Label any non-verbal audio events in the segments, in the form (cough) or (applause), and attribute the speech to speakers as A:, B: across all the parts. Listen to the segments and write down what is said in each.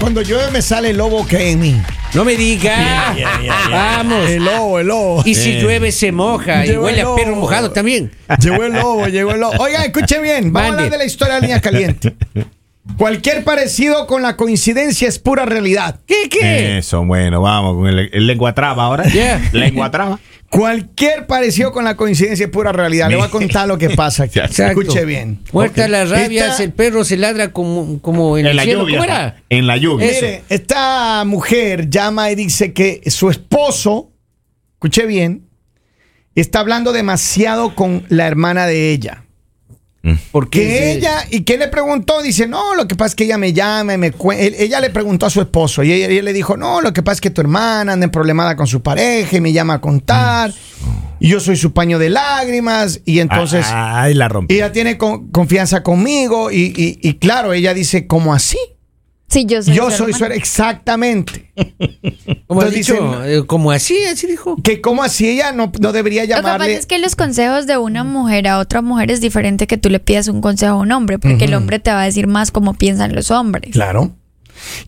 A: Cuando llueve me sale el lobo que en mí.
B: No me digas.
C: ya, ya, ya.
B: Vamos.
A: El lobo, el lobo.
B: Y si
C: Eh.
B: llueve se moja y
A: Llegó
B: huele
A: el
B: a perro
A: lobo.
B: mojado también.
A: Llegó el lobo, llegó el lobo. Oiga, escuche bien. Vamos a hablar
B: Bandit.
A: de la historia de la línea caliente. Cualquier parecido con la coincidencia es pura realidad.
B: ¿Qué qué?
C: Eso, bueno, vamos con el, el lengua traba
B: (laughs)
C: ahora.
B: Ya.
C: Lengua traba.
A: Cualquier parecido con la coincidencia es pura realidad. Le voy a contar lo (laughs) que pasa aquí.
B: Exacto.
A: Escuche bien.
B: Muerta las rabias,
A: Esta-
B: el perro se ladra como, como (laughs) en,
C: En
B: el
C: la
B: cielo. ¿Cómo
C: lluvia.
B: era?
C: En la lluvia.
B: Eso.
A: Mire, esta mujer llama y dice que su esposo, escuche bien, está hablando demasiado con la hermana de ella.
B: Porque
A: Que ella, ¿y qué le preguntó? Dice, no, lo que pasa es que ella me llama y me cue- él- Ella le preguntó a su esposo y ella, y él le dijo, no, lo que pasa es que tu hermana anda en problemada con su pareja y me llama a contar. Y yo soy su paño de lágrimas. Y entonces
C: Ay, Ah, la rompí.
A: ella tiene con- confianza conmigo. Y, y- y claro, ella dice, ¿cómo así?
D: Sí, yo soy
A: Yo
D: su
A: soy su
D: hermana.
A: Exactamente.
B: Como, has
A: Entonces
B: dicho,
A: dicen-
B: eh, como así, así dijo.
A: Que cómo así ella no, no debería
D: Lo que pasa
A: llamarle.
D: es que los consejos de una mujer a otra mujer es diferente que tú le pidas un consejo a un hombre, porque el hombre te va a decir más cómo piensan los hombres.
A: Claro.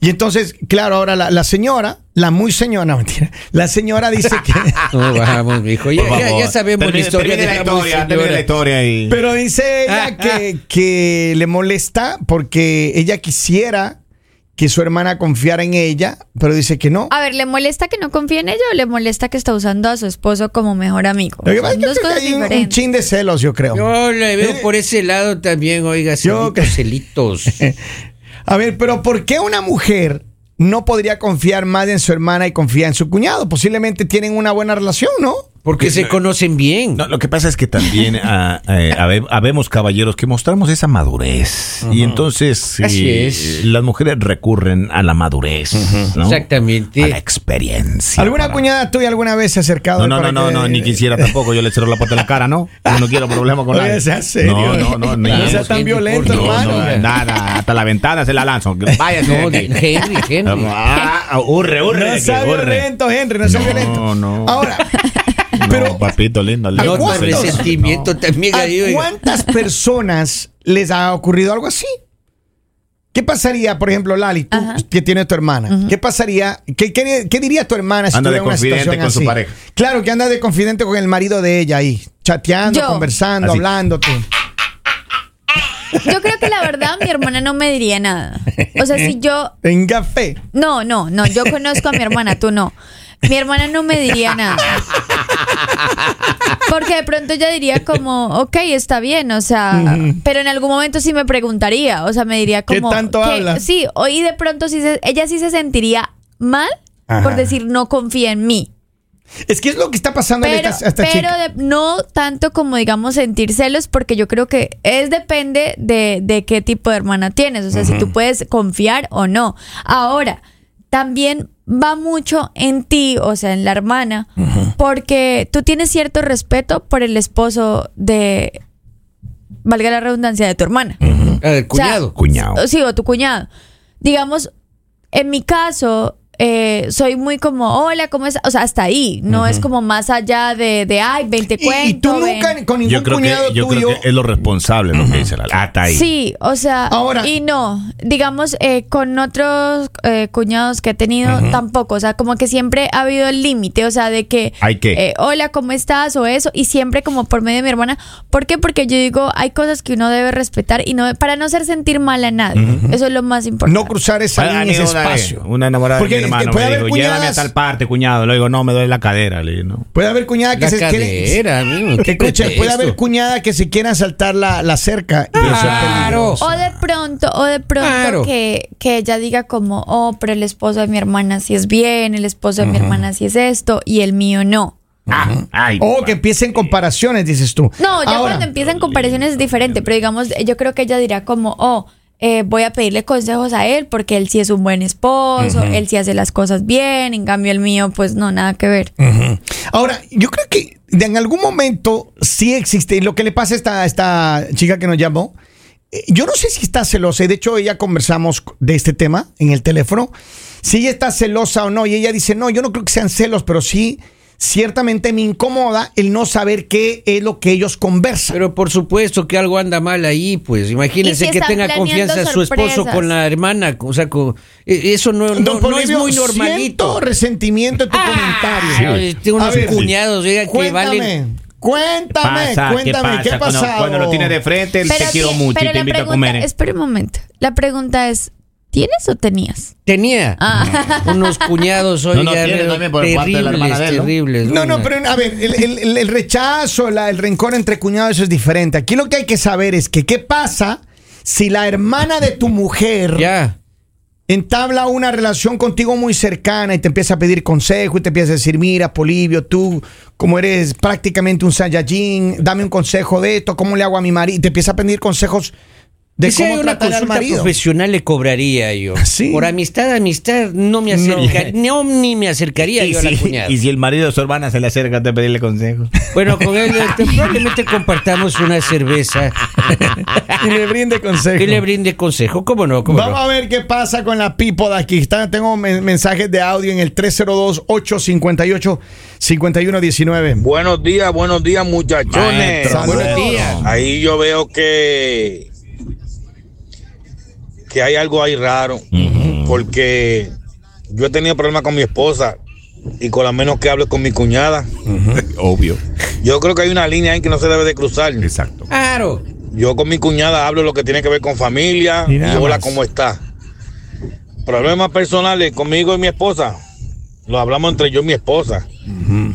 A: Y entonces, claro, ahora la, la señora, la muy señora, no, mentira, la señora dice que...
D: (laughs)
B: No, vamos, mijo. Ya,
C: Por
B: ya-
C: favor.
B: ya sabemos
C: Termine-
B: la historia
C: termine
B: de
C: la
B: la
C: historia. Termine la
B: monseñora.
C: historia y.
A: Pero dice ella que, que le molesta porque ella quisiera que su hermana confiara en ella, pero dice que no.
D: A ver, ¿le molesta que no confíe en ella o le molesta que está usando a su esposo como mejor amigo?
A: Lo que pasa
D: Son
A: es
D: dos
A: que creo que
D: cosas
A: hay un- un,
D: diferentes.
A: chin de celos, yo creo.
B: Yo le veo por ese lado también, oiga,
A: Yo que-
B: celitos, celitos.
A: A ver, pero ¿por qué una mujer no podría confiar más en su hermana y confía en su cuñado? Posiblemente tienen una buena relación, ¿no?
C: (laughs)
B: Porque se conocen bien.
C: No, lo que pasa es que también (laughs) ah, eh, habe- habemos caballeros que mostramos esa madurez. Y entonces
B: Así
C: eh,
B: es.
C: las mujeres recurren a la madurez. ¿no?
B: Exactamente.
C: A la experiencia.
A: ¿Alguna
C: para-
A: cuñada tuya alguna vez se ha acercado?
C: No, no,
A: para
C: no, no,
A: que-
C: no, ni quisiera tampoco. Yo le cierro la puerta en la cara, ¿no? Yo no quiero problema
B: (laughs)
C: con
A: Oye,
C: nadie.
A: sea serio.
C: No, no, no. ni-
A: No
B: Vamos,
A: sea tan
B: Henry,
A: violento,
B: por
C: no,
B: Dios,
A: hermano.
C: no, nada, hasta la ventana se la lanzo.
A: (laughs)
C: Váyase.
B: No, de Henry, Henry.
C: Ah, urre, urre.
A: No
C: que
A: sea
C: urre.
A: violento, Henry, no sea
C: No,
A: violento.
C: no.
A: Ahora,
C: No,
A: pero
C: papito lindo, lindo.
B: No, tu
A: cuántos? Ah,
B: resentimiento también
A: ¿A
B: ahí, oiga.
A: cuántas personas les ha ocurrido algo así? ¿Qué pasaría, por ejemplo, Lali, tú que tienes tu hermana? ¿Qué pasaría? ¿Qué, qué- qué diría tu hermana si
C: Anda de
A: tuviera una
C: confidente
A: situación
C: con su
A: así?
C: pareja.
A: Claro, que anda de confidente con el marido de ella ahí, chateando,
D: Yo.
A: conversando,
C: Así.
A: hablándote.
D: Yo creo que la verdad mi hermana no me diría nada. O sea, si yo
A: Tenga fe.
D: No, no, no, yo conozco a mi hermana, tú no. Mi hermana no me diría nada. Porque de pronto ella diría como, ok, está bien, o sea, pero en algún momento sí me preguntaría, o sea, me diría
A: ¿Qué
D: como...
A: tanto habla?
D: Sí, o- y de pronto sí se- ella sí se sentiría mal
A: Ajá.
D: por decir no confía en mí.
A: Es que es lo que está pasando a
D: Pero,
A: esta, a esta
D: pero
A: chica.
D: de- no tanto como, digamos, sentir celos, porque yo creo que es depende de, de qué tipo de hermana tienes, o sea, si tú puedes confiar o no. Ahora, también va mucho en ti, o sea, en la hermana, porque tú tienes cierto respeto por el esposo de, valga la redundancia, de tu hermana.
B: Ah, el
D: O sea,
B: cuñado.
C: Cuñado.
D: o- Sí, o tu cuñado. Digamos, en mi caso, eh, soy muy como, hola, ¿cómo estás? O sea, hasta ahí. No es como más allá de, de ay, 20
A: Y,
D: cuentos.
A: y tú nunca con ningún
C: Yo creo que,
A: cuñado
C: yo creo
A: tuyo.
C: que es lo responsable lo que dice la Hasta ahí.
D: Sí, o sea,
A: Ahora-
D: y no, digamos, eh, con otros eh, cuñados que he tenido tampoco, o sea, como que siempre ha habido el límite, o sea, de que,
C: Hay que.
D: eh, hola, ¿cómo estás? o eso, y siempre como por medio de mi hermana, ¿por qué? Porque yo digo, hay cosas que uno debe respetar y no, para no hacer sentir mal a nadie, eso es lo más importante.
A: no cruzar esa
C: Ah,
A: línea, ese
C: una vez,
A: espacio.
C: Una enamorada
A: Porque
C: de mi hermano
A: puede
C: me
A: haber
C: dijo, llévame a
A: cuñadas-
C: tal parte, cuñado. Le digo, no, me duele la cadera. Le digo, no.
A: Puede haber cuñada que
B: La
A: se que-
B: cadera, amigo,
A: que
B: qué
A: escuche, puede
B: pretexto.
A: haber cuñada que se quiera saltar la, la cerca. y eso es
B: Claro.
A: peligroso.
D: O de pronto, o de pronto
B: Claro.
D: que, que ella diga como, oh, pero el esposo de mi hermana sí es bien, el esposo de mi hermana sí es esto y el mío no.
C: Ah, ay,
A: O que empiecen comparaciones, dices tú.
D: No, ya
A: Ahora,
D: cuando empiezan comparaciones es diferente, pero digamos, yo creo que ella dirá como, oh, eh, voy a pedirle consejos a él porque él sí es un buen esposo, él sí hace las cosas bien, en cambio el mío pues no, nada que ver.
A: Ahora, yo creo que de- en algún momento sí existe. Y lo que le pasa a esta, a esta chica que nos llamó, eh, yo no sé si está celosa. Y de hecho, ella conversamos de este tema en el teléfono. Si ella está celosa o no. Y ella dice, no, yo no creo que sean celos, pero sí ciertamente me incomoda el no saber qué es lo que ellos conversan.
B: Pero por supuesto que algo anda mal ahí, pues. Imagínense
D: Y si
B: que
D: están
B: tenga
D: planeando
B: confianza su esposo
D: sorpresas.
B: con la hermana. O sea, con- eh, eso no, no-
A: Don
B: no es
A: Polibio,
B: muy
A: siento
B: normalito.
A: resentimiento en tu comentario.
B: Ay, tengo
A: A
B: unos
A: ver,
B: cuñados, oiga, que
A: Cuéntame,
B: valen.
A: cuéntame,
C: Pasa, ¿qué
A: cuéntame,
C: pasa?
A: ¿qué, ha
C: Cuando-
A: pasado?
C: Cuando, lo tiene de frente, el te
D: Pero
C: quiero
D: ti-
C: mucho
D: pero
C: y te
D: la
C: invito a
D: pregunta-
C: comer. ¿eh?
D: Espera un momento. La pregunta es, ¿tienes o tenías?
B: Tenía
D: Ah.
B: unos cuñados,
E: No,
B: oiga,
E: no, tiene también por parte de la hermana
B: terribles,
E: de él, ¿no?
B: terribles.
A: No, no,
B: oiga.
A: pero a ver, el, el- el- el rechazo, la- el rencor entre cuñados, eso es diferente. Aquí lo que hay que saber es que qué pasa si la hermana de tu mujer
B: Ya.
A: entabla una relación contigo muy cercana y te empieza a pedir consejo y te empieza a decir, mira, Polivio, tú como eres prácticamente un Saiyajin, dame un consejo de esto, cómo le hago a mi marido, y te empieza a pedir consejos de
B: Y si hay
A: cómo
B: una
A: tratar al
B: consulta
A: marido.
B: profesional le cobraría yo.
A: (laughs) Sí.
B: Por amistad, amistad, no
A: (laughs)
B: me acercaría, no. ni me acercaría
C: Y
B: yo a la
C: si,
B: cuñada.
C: y si el marido de su hermana se le acerca a pedirle consejos.
B: Bueno,
A: (laughs)
B: con él este, probablemente compartamos una cerveza
A: (laughs) Y le (laughs) brinde consejo.
B: que le brinde consejo. ¿Cómo no? ¿Cómo
A: Vamos
B: no?
A: a ver qué pasa con la pipo de aquí. Está- tengo men- mensajes de audio en el 302-858-5119.
F: Buenos días, buenos días, muchachones.
C: Maestro,
B: Buenos
C: Saludos.
B: días.
F: Ahí yo veo que que hay algo ahí raro,
C: Mm.
F: porque yo he tenido problemas con mi esposa y con la menos que hablo es con mi cuñada.
C: Obvio.
F: Yo creo que hay una línea ahí que no se debe de cruzar.
C: Exacto.
B: Claro.
F: Yo con mi cuñada hablo lo que tiene que ver con familia
A: Y
F: y
A: nada
F: hola,
A: más.
F: ¿cómo está? Problemas personales conmigo y mi esposa. Lo hablamos entre yo y mi esposa.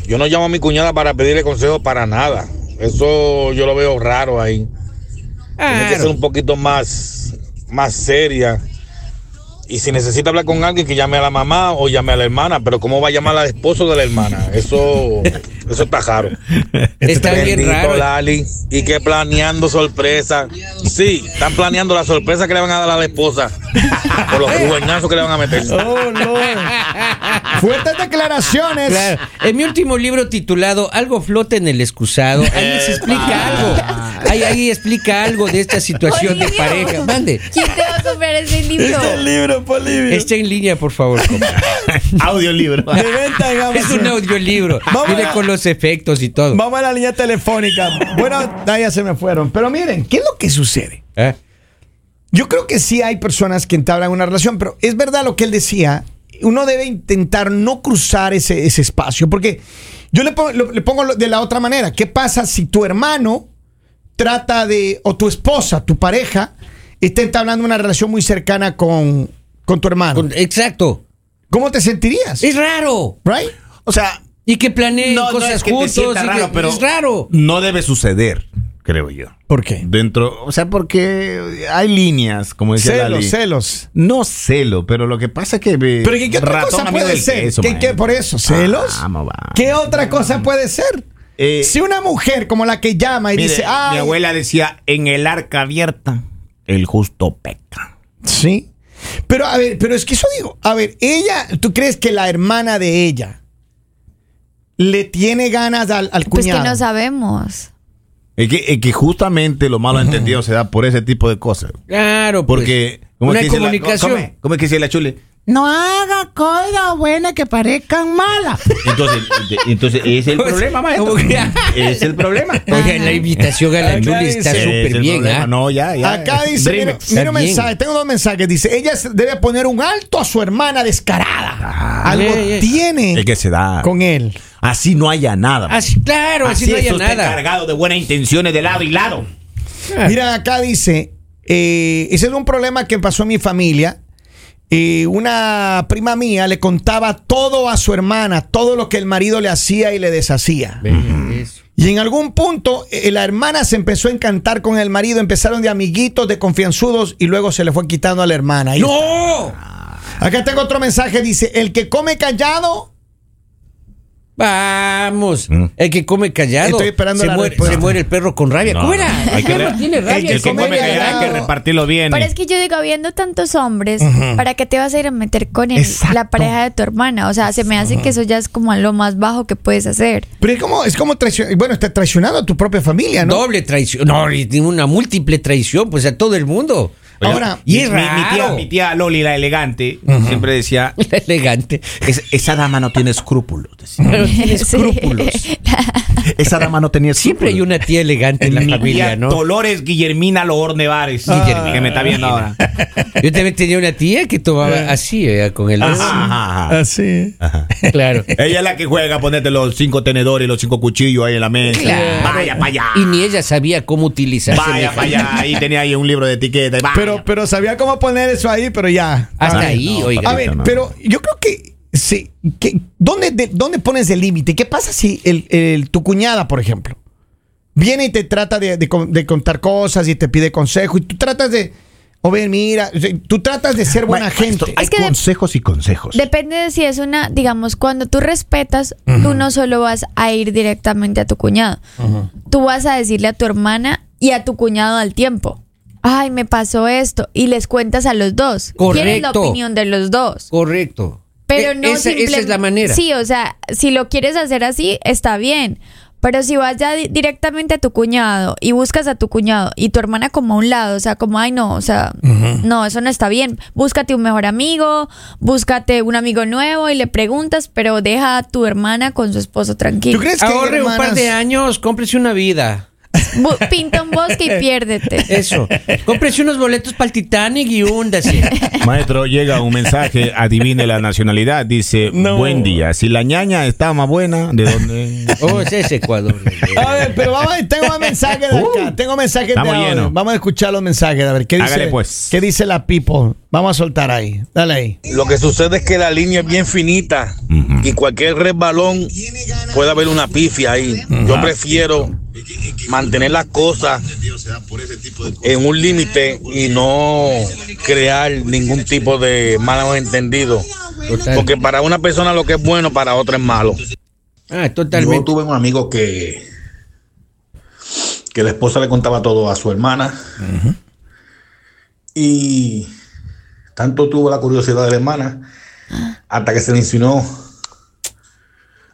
F: Yo no llamo a mi cuñada para pedirle consejo para nada. Eso yo lo veo raro ahí. Tiene que ser
B: claro.
F: un poquito más, más seria. Y si necesita hablar con alguien, que llame a la mamá o llame a la hermana. Pero ¿cómo va a llamar al esposo de la hermana? Eso, eso está raro.
B: Está bien
F: Bendito
B: raro.
F: Lali. Y que planeando sorpresa. Sí, están planeando la sorpresa que le van a dar a la esposa.
B: (laughs)
F: Por los cuernazos que le van a meter.
A: Oh, (laughs) Fuertes declaraciones.
B: Claro. En mi último libro titulado Algo flota en el excusado, ahí se explica algo. Ahí, ahí explica algo de esta situación de
D: Olivio,
B: pareja. Mande.
D: ¿Quién te va
C: (laughs)
D: a comprar
C: Este
D: ese libro?
B: Está en línea, por favor. compa.
C: Audiolibro.
B: (laughs) Es un
C: (laughs)
B: audiolibro.
A: Vamos
B: Viene
A: a-
B: con los efectos y todo.
A: Vamos a la línea telefónica. Bueno, ah, ya se me fueron. Pero miren, ¿qué es lo que sucede?
B: ¿Eh?
A: Yo creo que sí hay personas que entablan una relación, pero es verdad lo que él decía. Uno debe intentar no cruzar ese, ese espacio, porque yo le pongo, lo- le pongo lo- de la otra manera. ¿Qué pasa si tu hermano trata de, o tu esposa, tu pareja, está entablando una relación muy cercana con, con tu hermano?
B: Con- Exacto.
A: ¿Cómo te sentirías?
B: Es raro.
A: ¿Right?
C: O sea,
B: Y que planeen
C: no, no
B: cosas
C: es que te
B: juntos.
C: sienta
B: y que-
C: raro, pero
B: Es raro.
C: no debe suceder, creo yo.
A: ¿Por qué?
C: Dentro, o sea, porque hay líneas, como decía
A: Celos,
C: Lali.
A: celos.
C: No celo, pero lo que pasa es que. eh,
A: Pero ¿qué, qué otra cosa puede ser? ¿Qué, qué- por eso? ¿Celos?
C: Ah, Vamos, va.
A: ¿Qué otra cosa puede ser?
C: Eh,
A: si una mujer como la que llama y
C: Mire,
A: dice,
C: mi
A: ay,
C: abuela decía, en el arca abierta, el justo peca.
A: Sí. Pero a ver, pero es que eso digo. A ver, ella, ¿tú crees que la hermana de ella le tiene ganas al, al
D: Pues que
A: cuñado?
D: no sabemos.
C: Es que, es que justamente lo malo entendido se da por ese tipo de cosas.
B: Claro, pues.
C: Porque. ¿cómo
B: una
C: es que dice la-
B: comunicación.
C: ¿cómo es? ¿Cómo es que dice la chule?
G: No haga cosas buenas que parezcan malas.
C: Entonces, de- entonces es
B: (laughs)
C: el
B: Pues,
C: problema,
B: ¿cómo
C: maestro.
B: que- Ah,
C: Es
B: (laughs)
C: el problema.
B: Oiga,
C: Ah.
B: la invitación a la chuli está
C: Es el
B: súper bien,
C: problema.
B: ¿ah?
C: No, ya, ya.
A: Acá dice, mira,
C: Dreamex.
A: mira un
B: Está bien.
A: mensaje, tengo dos mensajes. Dice, ella se- debe poner un alto a su hermana descarada.
C: Ah.
A: Algo
B: Yeah, yeah.
A: tiene
C: Es que se da.
A: con él.
C: Así no haya nada.
B: Así, claro, así, no
C: es
B: haya
C: usted
B: nada.
C: cargado de buenas intenciones de lado y lado.
A: (laughs) Mira, acá dice, eh, ese es un problema que pasó en mi familia. Eh, una prima mía le contaba todo a su hermana, todo lo que el marido le hacía y le deshacía. Y en algún punto eh, la hermana se empezó a encantar con el marido, empezaron de amiguitos, de confianzudos y luego se le fue quitando a la hermana. Ahí está.
B: ¡No!
A: Acá tengo otro mensaje, dice, el que come callado,
B: Vamos.
C: Mm.
B: El que come callado.
A: Estoy esperando
B: se,
A: la
B: muere,
A: respuesta.
B: se muere el perro con rabia.
C: No,
B: ¿Cómo era?
C: no, hay
B: El
C: que
B: perro
C: re-
B: tiene rabia.
A: el
C: El
B: ese
C: que
A: come
B: perro.
C: come
A: callado.
C: callado hay que repartirlo bien.
D: Pero es que yo digo, habiendo tantos hombres, ¿para qué te vas a ir a meter con el- la pareja de tu hermana? O sea, se me hace que eso ya es como lo más bajo que puedes hacer.
A: pero es como, es como traicionar, bueno, está
C: Ah,
A: traicionando a tu propia familia, ¿no?
B: Doble traición. No, y tiene una múltiple traición, pues a todo el mundo.
A: Ahora,
B: Y es
C: mi, mi tía,
B: raro.
C: mi
B: (laughs)
C: tía Loli, la elegante, siempre decía,
B: Elegante.
C: "Es- esa dama no tiene escrúpulos. decía. (laughs)
B: Pero tiene
D: Sí.
B: escrúpulos.
C: Esa dama no tenía
B: Siempre hay una tía elegante en la
C: Mi
B: familia,
C: tía
B: ¿no? Ah.
C: Dolores Guillermina Loorne Vares.
B: Guillermina.
C: Que me está viendo ahora.
B: Yo también tenía una tía que tomaba así, eh, con el
C: Ajá, ajá, ajá.
A: así.
C: Ah.
B: Ah. Claro.
C: Ella es la que juega a ponerte los cinco tenedores y los cinco cuchillos ahí en la mesa. Vaya para allá.
B: Y ni ella sabía cómo utilizar
C: Vaya
B: semejante-
C: para allá. Ahí tenía ahí un libro de etiqueta. Vaya.
A: Pero, pero sabía cómo poner eso ahí, pero ya.
B: Hasta
A: Ay,
B: ahí,
A: no.
B: oiga.
A: A ver,
C: No, no.
A: pero yo creo que. Sí, que- ¿dónde, de- ¿Dónde pones el límite? ¿Qué pasa si el, el- tu cuñada, por ejemplo, viene y te trata de, de con- de contar cosas y te pide consejo y tú tratas de. O ver, mira, o sea, tú tratas de ser buena gente.
D: hay Es que de-
C: consejos y consejos.
D: Depende de si es una, digamos, cuando tú respetas, tú no solo vas a ir directamente a tu cuñado. Tú vas a decirle a tu hermana y a tu cuñado al tiempo. Ay, me pasó esto. Y les cuentas a los dos. Quieres la
B: Correcto.
D: opinión de los dos.
B: Correcto.
D: Pero
B: E-
D: no
B: esa, esa
D: simple-
B: es la manera.
D: Sí, o sea, si lo quieres hacer así, está bien. Pero si vas ya di- directamente a tu cuñado y buscas a tu cuñado y tu hermana como a un lado, o sea, como, ay, no, o sea, no, eso no está bien. Búscate un mejor amigo, búscate un amigo nuevo y le preguntas, pero deja a tu hermana con su esposo tranquilo.
A: ¿Tú crees que hay
B: Ahorre un par
A: hermanas-
B: de años, cómprese una vida.
D: Bu- pinta un bosque
B: (laughs)
D: y piérdete. (laughs)
B: Eso. Cómprese unos boletos para el Titanic y húndase.
C: Maestro, llega un mensaje, adivine la nacionalidad. Dice, buen día. Si la ñaña está más buena, ¿de
B: (laughs)
C: dónde?
B: Oh, ese es Ecuador.
A: A ver, pero vamos, a- tengo más mensajes de acá. tengo mensajes de
C: estamos
A: audio.
C: llenos.
A: Vamos a escuchar los mensajes. A ver, ¿qué dice,
C: Hágale, pues.
A: ¿qué dice la people? Vamos a soltar ahí. Dale ahí.
F: Lo que sucede es que la línea es bien finita y cualquier resbalón puede haber una pifia ahí.
B: Ah.
F: Yo prefiero mantener las cosas en un límite y no crear ningún tipo de malos entendidos.
B: Total.
F: Porque para una persona lo que es bueno, para otra es malo.
B: Ah,
E: Yo
B: totalmente.
E: tuve un amigo que que la esposa le contaba todo a su hermana y tanto tuvo la curiosidad de la hermana hasta que se le insinuó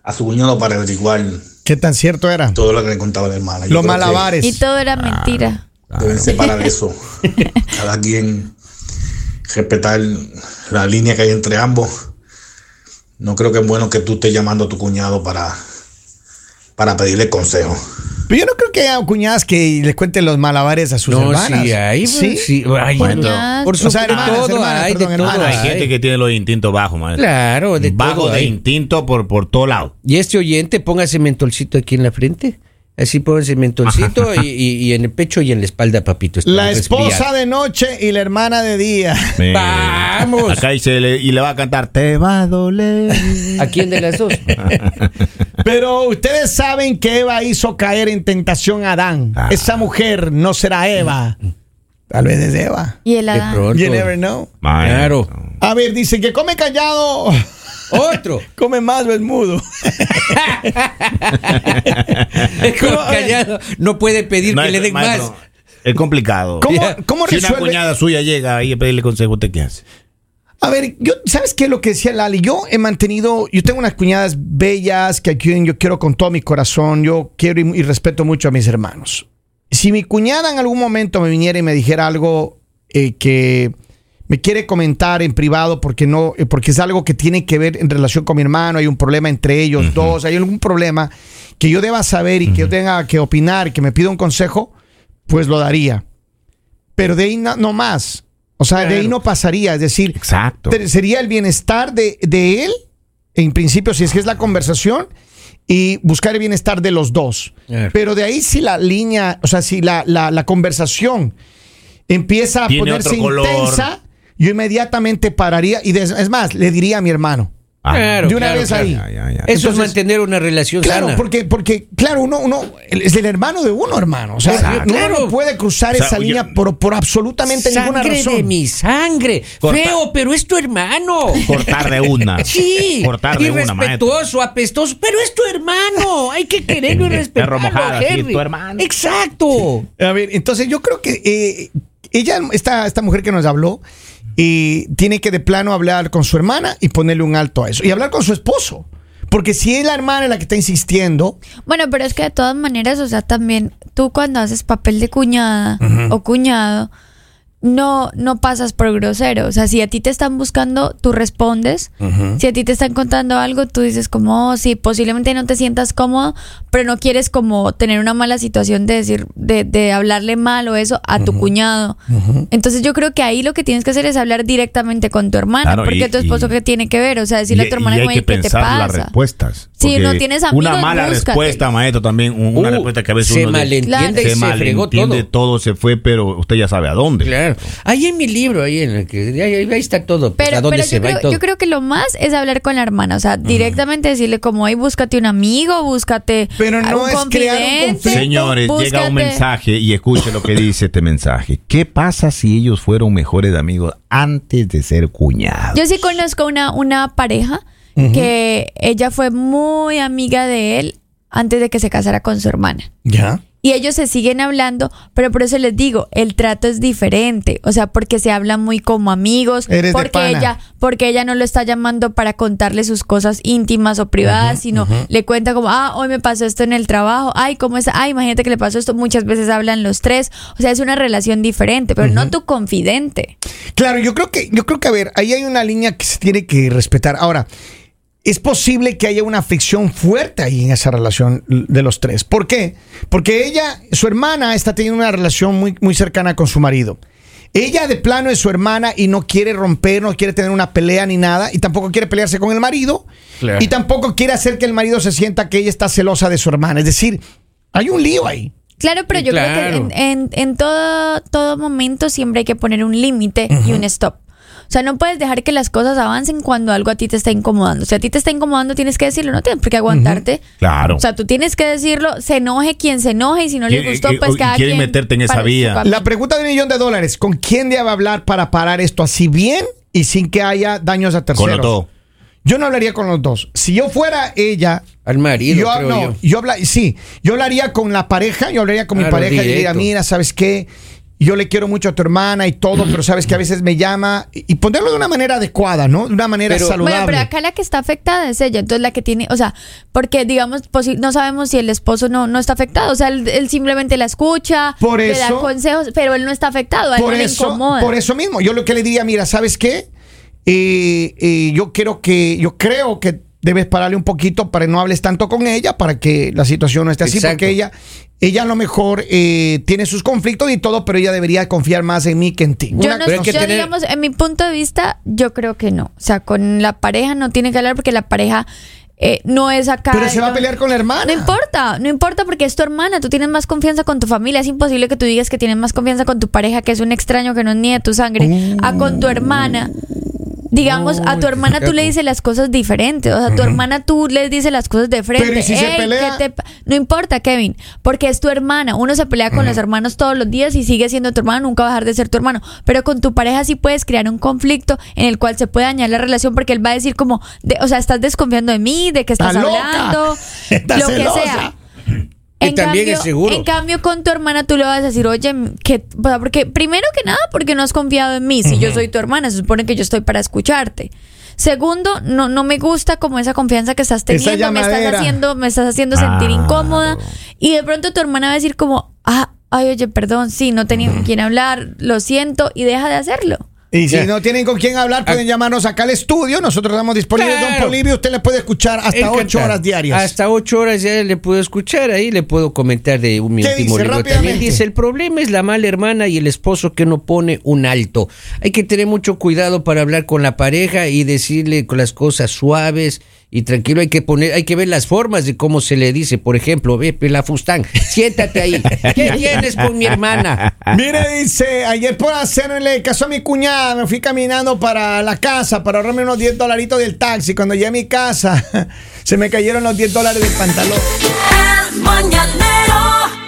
E: a su cuñado para averiguar
A: ¿Qué tan cierto era?
E: todo lo que le contaba la hermana. Yo creo
A: Los
E: que
A: malabares.
D: Y todo era mentira.
B: Ah,
E: Deben separar
A: (laughs)
E: eso. Cada quien respetar la línea que hay entre ambos. No creo que es bueno que tú estés llamando a tu cuñado para, para pedirle consejo.
A: Pero yo no creo que haya cuñadas que les cuenten los malabares a sus
B: No,
A: hermanas.
B: sí, ahí, pues,
A: sí.
B: sí, ay,
D: Bueno.
B: no. Por
A: O sea,
B: supuesto,
A: hermanas,
B: todo
A: hermanas,
B: hay,
A: perdón,
B: de todo
A: hermanas.
C: Hay
B: hay.
C: gente que tiene los instintos bajos, maestro.
B: Claro, Pues de
C: Bajo
B: todo
C: de
B: hay.
C: instinto por, por
B: (laughs)
C: todo lado.
B: Y este oyente, póngase mentolcito aquí en la frente. Así póngase
C: (laughs)
B: mentolcito y, y- y en el pecho y en la espalda, papito. está
A: La
B: resfriado.
A: esposa de noche y la hermana de día. (laughs)
C: Eh,
B: Vamos.
C: Acá dice, le- y le va a cantar, te va a doler.
B: ¿A quién de las dos?
A: Pero ustedes saben que Eva hizo caer en tentación a Adán.
C: Ah.
A: Esa mujer no será Eva. Tal vez es Eva.
D: Y el
B: De
D: Adán.
B: pronto.
A: You never know.
B: (laughs) Claro.
A: A ver, dice que come callado, (laughs)
C: (laughs)
B: Otro.
A: come más mudo.
B: Oh, Es como callado. No puede pedir que le den
C: maestro,
B: más.
C: Es complicado.
B: (laughs)
A: ¿Cómo, cómo
C: si
A: resuelve?
C: una cuñada suya llega ahí a pedirle consejo, ¿usted qué hace?
A: A ver, yo, ¿sabes qué es lo que decía Lali? Yo he mantenido, yo tengo unas cuñadas bellas que a quien yo quiero con todo mi corazón, yo quiero y, y respeto mucho a mis hermanos. Si mi cuñada en algún momento me viniera y me dijera algo eh, que me quiere comentar en privado porque no, eh, porque es algo que tiene que ver en relación con mi hermano, hay un problema entre ellos dos, hay algún problema que yo deba saber y que yo tenga que opinar, que me pida un consejo, pues lo daría. Pero de ahí no, no más. O sea, de ahí no pasaría. Es decir,
C: Exacto.
A: Ter- Sería el bienestar de, de él, en principio, si es que es la conversación, y buscar el bienestar de los dos.
B: Claro.
A: Pero de ahí si la línea, o sea, si la, la- la conversación empieza a
C: Tiene
A: ponerse
C: otro color.
A: intensa, yo inmediatamente pararía y des- es más, le diría a mi hermano.
C: Ah.
B: Claro,
A: de una
B: claro,
A: vez
B: claro.
A: ahí.
C: Ya, ya, ya.
B: Eso es
A: Entonces-
B: mantener una relación
A: Claro,
B: sana.
A: porque, porque, claro, uno, uno es el hermano de uno, hermano. O sea,
B: Claro.
A: uno no puede cruzar
C: O sea,
A: esa
C: yo-
A: línea por, por absolutamente ninguna
B: sangre
A: razón.
B: de mi sangre.
C: Corta.
B: Feo, pero es tu hermano.
C: Cortar de una.
B: (laughs) Sí,
C: Ah, Cortar de una, maestro.
B: irrespetuoso, apestoso, pero es tu hermano. Hay que quererlo y
C: (laughs) Sí,
B: respetarlo,
C: perro mojado, sí,
B: Henry.
C: tu hermano.
B: Exacto.
A: A ver, entonces yo creo que eh, ella, esta, esta mujer que nos habló, eh, tiene que de plano hablar con su hermana y ponerle un alto a eso. Y hablar con su esposo. Porque si es la hermana la que está insistiendo,
D: Bueno, pero es que de todas maneras, o sea, también tú cuando haces papel de cuñada o cuñado, no, no pasas por grosero. O sea, si a ti te están buscando, tú respondes. Si a ti te están contando algo, tú dices como, oh, sí, posiblemente no te sientas cómodo, pero no quieres como tener una mala situación de decir, de, de hablarle mal o eso a tu cuñado. Entonces yo creo que ahí lo que tienes que hacer es hablar directamente con tu hermana,
C: Claro,
D: porque
C: y-
D: tu esposo
C: y-
D: que tiene que ver, o sea, decirle
C: Y-
D: a tu hermana
C: y hay
D: "Güey,
C: que
D: qué te
C: pensar las
D: pasa.
C: respuestas.
D: Si no
C: porque
D: tienes
C: Una
D: amigos,
C: mala
D: búscate.
C: respuesta, maestro, también un- una
B: Uh,
C: respuesta que a veces
B: se
C: uno le-
B: malentiende
D: Claro.
B: y se, fregó
C: malentiende
B: todo.
C: todo, se fue, pero usted ya sabe a dónde.
B: Claro. Ahí en mi libro, ahí en el que ahí, ahí- ahí está todo. pues,
D: Pero,
B: a dónde
D: pero
B: se
D: yo,
B: va
D: creo,
B: y todo.
D: yo creo que lo más es hablar con la hermana, o sea, directamente decirle como, ay, búscate un amigo, búscate
A: Pero no es
D: un
A: crear un
D: confidente,
A: conflicto.
C: Señores, llega
D: búscate-
C: un mensaje y escuche lo que dice este mensaje. ¿Qué pasa si ellos fueron mejores amigos antes de ser cuñados?
D: Yo sí conozco una, una pareja que ella fue muy amiga de él antes de que se casara con su hermana.
A: Ya.
D: Y ellos se siguen hablando, pero por eso les digo, el trato es diferente, o sea, porque se hablan muy como amigos,
A: Eres de
D: porque
A: pana.
D: ella, porque ella no lo está llamando para contarle sus cosas íntimas o privadas, sino le cuenta como, ah, hoy me pasó esto en el trabajo, ay, cómo está, ay, imagínate que le pasó esto, muchas veces hablan los tres, o sea, es una relación diferente, pero no tu confidente.
A: Claro, yo creo que, yo creo que, a ver, ahí hay una línea que se tiene que respetar. Ahora, es posible que haya una afección fuerte ahí en esa relación de los tres. ¿Por qué? Porque ella, su hermana, está teniendo una relación muy, muy cercana con su marido. Ella de plano es su hermana y no quiere romper, no quiere tener una pelea ni nada, y tampoco quiere pelearse con el marido, y tampoco quiere hacer que el marido se sienta que ella está celosa de su hermana. Es decir, hay un lío ahí.
D: Claro, pero yo
B: Claro.
D: creo que en, en- en todo, todo momento siempre hay que poner un límite y un stop. O sea, no puedes dejar que las cosas avancen cuando algo a ti te está incomodando. Si a ti te está incomodando, tienes que decirlo, no tienes por qué aguantarte.
C: Claro.
D: O sea, tú tienes que decirlo, se enoje quien se enoje y si no le
C: Quiere-
D: gustó,
C: que-
D: pues
C: y
D: cada
C: quieren
D: quien
C: meterte en esa
D: para su
C: vía.
D: camino.
A: La pregunta de un millón de dólares, ¿con quién debe hablar para parar esto así bien y sin que haya daños a
C: Con
A: terceros?
C: lo todo.
A: Yo no hablaría con los dos. Si yo fuera ella,
B: Al marido,
A: yo,
B: creo
A: no,
B: yo.
A: yo habla- sí, yo hablaría con la pareja, yo hablaría con mi
B: Claro,
A: pareja y le diría,
B: directo.
A: mira, ¿sabes qué? Yo le quiero mucho a tu hermana y todo, pero sabes que a veces me llama y y ponerlo de una manera adecuada, ¿no? De una manera
B: Pero-
A: saludable.
D: Bueno, pero acá la que está afectada es ella, entonces la que tiene, o sea, porque digamos, posi- no sabemos si el esposo no, no está afectado, o sea, él, él simplemente la escucha,
A: Por
D: le da
A: eso-
D: consejos, pero él no está afectado, a él no le incomoda.
A: Por eso mismo, yo lo que le diría, mira, ¿sabes qué? Eh, eh, yo quiero que, yo creo que debes pararle un poquito para que no hables tanto con ella, para que la situación no esté así,
B: Exacto.
A: porque ella, ella a lo mejor eh, tiene sus conflictos y todo, pero ella debería confiar más en mí que en ti.
D: Yo,
A: Una-
D: no,
B: pero hay que
D: yo
B: tener-
D: digamos, en mi punto de vista, yo creo que no. O sea, con la pareja no tiene que hablar porque la pareja eh, no es acá.
A: pero se va a
D: digamos-
A: pelear con la hermana.
D: No importa, no importa porque es tu hermana, tú tienes más confianza con tu familia, es imposible que tú digas que tienes más confianza con tu pareja, que es un extraño, que no es ni de tu sangre, a con tu hermana. Digamos, a tu
B: Uy,
D: hermana tú le
B: fíjate.
D: dices las cosas diferentes, o sea, a tu hermana tú le dices las cosas de frente.
A: Pero ¿y si se
D: "Ey,
A: pelea?"
D: ¿qué te pa-?" No importa, Kevin, porque es tu hermana, uno se pelea con los hermanos todos los días y sigue siendo tu hermano, nunca va a dejar de ser tu hermano, pero con tu pareja sí puedes crear un conflicto en el cual se puede dañar la relación porque él va a decir como, de- o sea, estás desconfiando de mí, de que estás
A: Está loca.
D: hablando,
A: (laughs) Está
D: lo que
A: celosa.
D: sea.
B: Y también es seguro.
D: En cambio, con tu hermana tú le vas a decir, oye, que, o sea, porque primero que nada, porque no has confiado en mí. Si yo soy tu hermana, se supone que yo estoy para escucharte. Segundo, no, no me gusta como esa confianza que estás
A: Esa
D: teniendo, me estás
A: llamadera.
D: haciendo, me estás haciendo sentir
C: Claro.
D: incómoda. Y de pronto tu hermana va a decir como, ah, ay, oye, perdón, sí, no tenía con quién hablar, lo siento, y deja de hacerlo.
A: Y si
B: Ya. Ah.
A: no tienen con quién hablar, pueden llamarnos acá al estudio. Nosotros estamos disponibles.
B: Claro.
A: Don Polivio, usted le puede escuchar hasta
B: Encantado.
A: ocho horas diarias.
B: Hasta ocho horas diarias le puedo escuchar, ahí le puedo comentar de un mi
A: ¿Qué
B: último
A: dice?
B: libro también.
A: Rápidamente.
B: Dice, el problema es la mala hermana y el esposo que no pone un alto. Hay que tener mucho cuidado para hablar con la pareja y decirle con las cosas suaves y tranquilo. Hay que poner, hay que ver las formas de cómo se le dice. Por ejemplo, ve, la fustán, siéntate ahí.
A: (laughs)
B: ¿Qué tienes con mi hermana?
A: Mire, dice, ayer por hacerle caso a mi cuñada, me fui caminando para la casa para ahorrarme unos 10 dolaritos del taxi. Cuando llegué a mi (laughs) casa, se me cayeron los 10 dólares del pantalón.
H: El mañanero